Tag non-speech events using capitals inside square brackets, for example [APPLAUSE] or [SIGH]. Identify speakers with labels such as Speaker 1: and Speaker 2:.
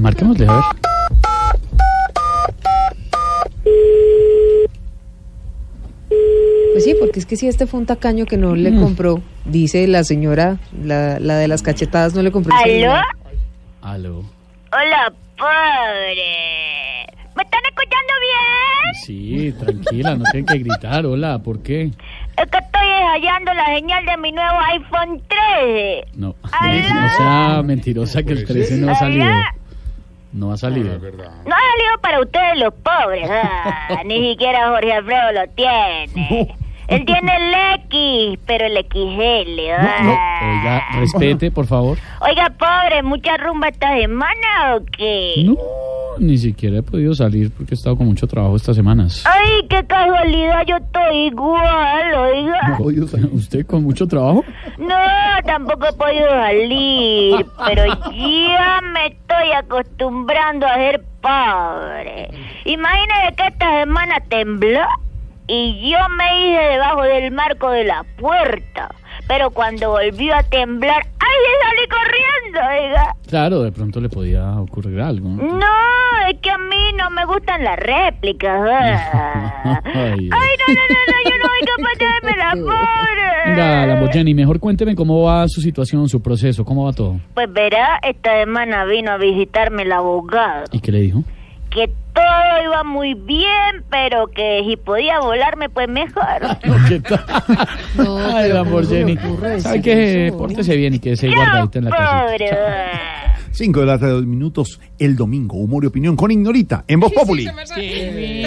Speaker 1: Marquémosle, a ver.
Speaker 2: Pues sí, porque es que si este fue un tacaño que no le compró, dice la señora, la, la de las cachetadas no le compró. el
Speaker 3: ¿Aló?
Speaker 2: celular.
Speaker 1: Aló.
Speaker 3: Hola, pobre. ¿Me están escuchando bien?
Speaker 1: Sí, tranquila, no tienen que gritar. Hola, ¿por qué?
Speaker 3: Es que estoy hallando la señal de mi nuevo iPhone 13.
Speaker 1: No, no, no sea mentirosa que el 13 no ha salido. No ha salido.
Speaker 3: No ha salido para ustedes los pobres. ah,
Speaker 1: [LAUGHS]
Speaker 3: ni siquiera Jorge Alfredo lo tiene. Él tiene el X, pero el XL. ah.
Speaker 1: Oiga, respete, por favor.
Speaker 3: Oiga, pobre, ¿mucha rumba esta semana o qué?
Speaker 1: No, ni siquiera he podido salir porque he estado con mucho trabajo estas semanas.
Speaker 3: Ay, qué casualidad, yo estoy igual, oiga.
Speaker 1: ¿Usted con mucho trabajo?
Speaker 3: No, tampoco he podido salir, pero ya me estoy acostumbrando a ser pobre. Imagínese que esta semana tembló y yo me hice debajo del marco de la puerta. Pero cuando volvió a temblar, ¡ay, salí corriendo! Oiga.
Speaker 1: Claro, de pronto le podía ocurrir algo. ¿no?
Speaker 3: No, es que a mí no me gustan las réplicas. ah.
Speaker 1: Ay,
Speaker 3: ¡Ay, no, no, no, no! Yo no soy capaz de darme la pobre.
Speaker 1: Venga, Lamborghini, mejor cuénteme cómo va su situación, su proceso, cómo va todo.
Speaker 3: Pues verá, esta semana vino a visitarme el abogado,
Speaker 1: ¿Y qué le dijo?
Speaker 3: que todo iba muy bien, pero que si podía volarme, pues mejor.
Speaker 1: No, ¿qué tal?
Speaker 2: No,
Speaker 1: Ay,
Speaker 2: pero
Speaker 1: Lamborghini.
Speaker 2: ¿cómo se le ocurre
Speaker 1: ¿Sabe
Speaker 2: decir
Speaker 1: qué?
Speaker 2: eso?
Speaker 1: Pórtese bien y que se
Speaker 3: ¡Yo,
Speaker 1: guardadita en la casa. [LAUGHS]
Speaker 3: pobre!
Speaker 4: Cinco de la tarde, dos minutos, el domingo, humor y opinión con Ignorita, en Voz Populi.
Speaker 5: Sí.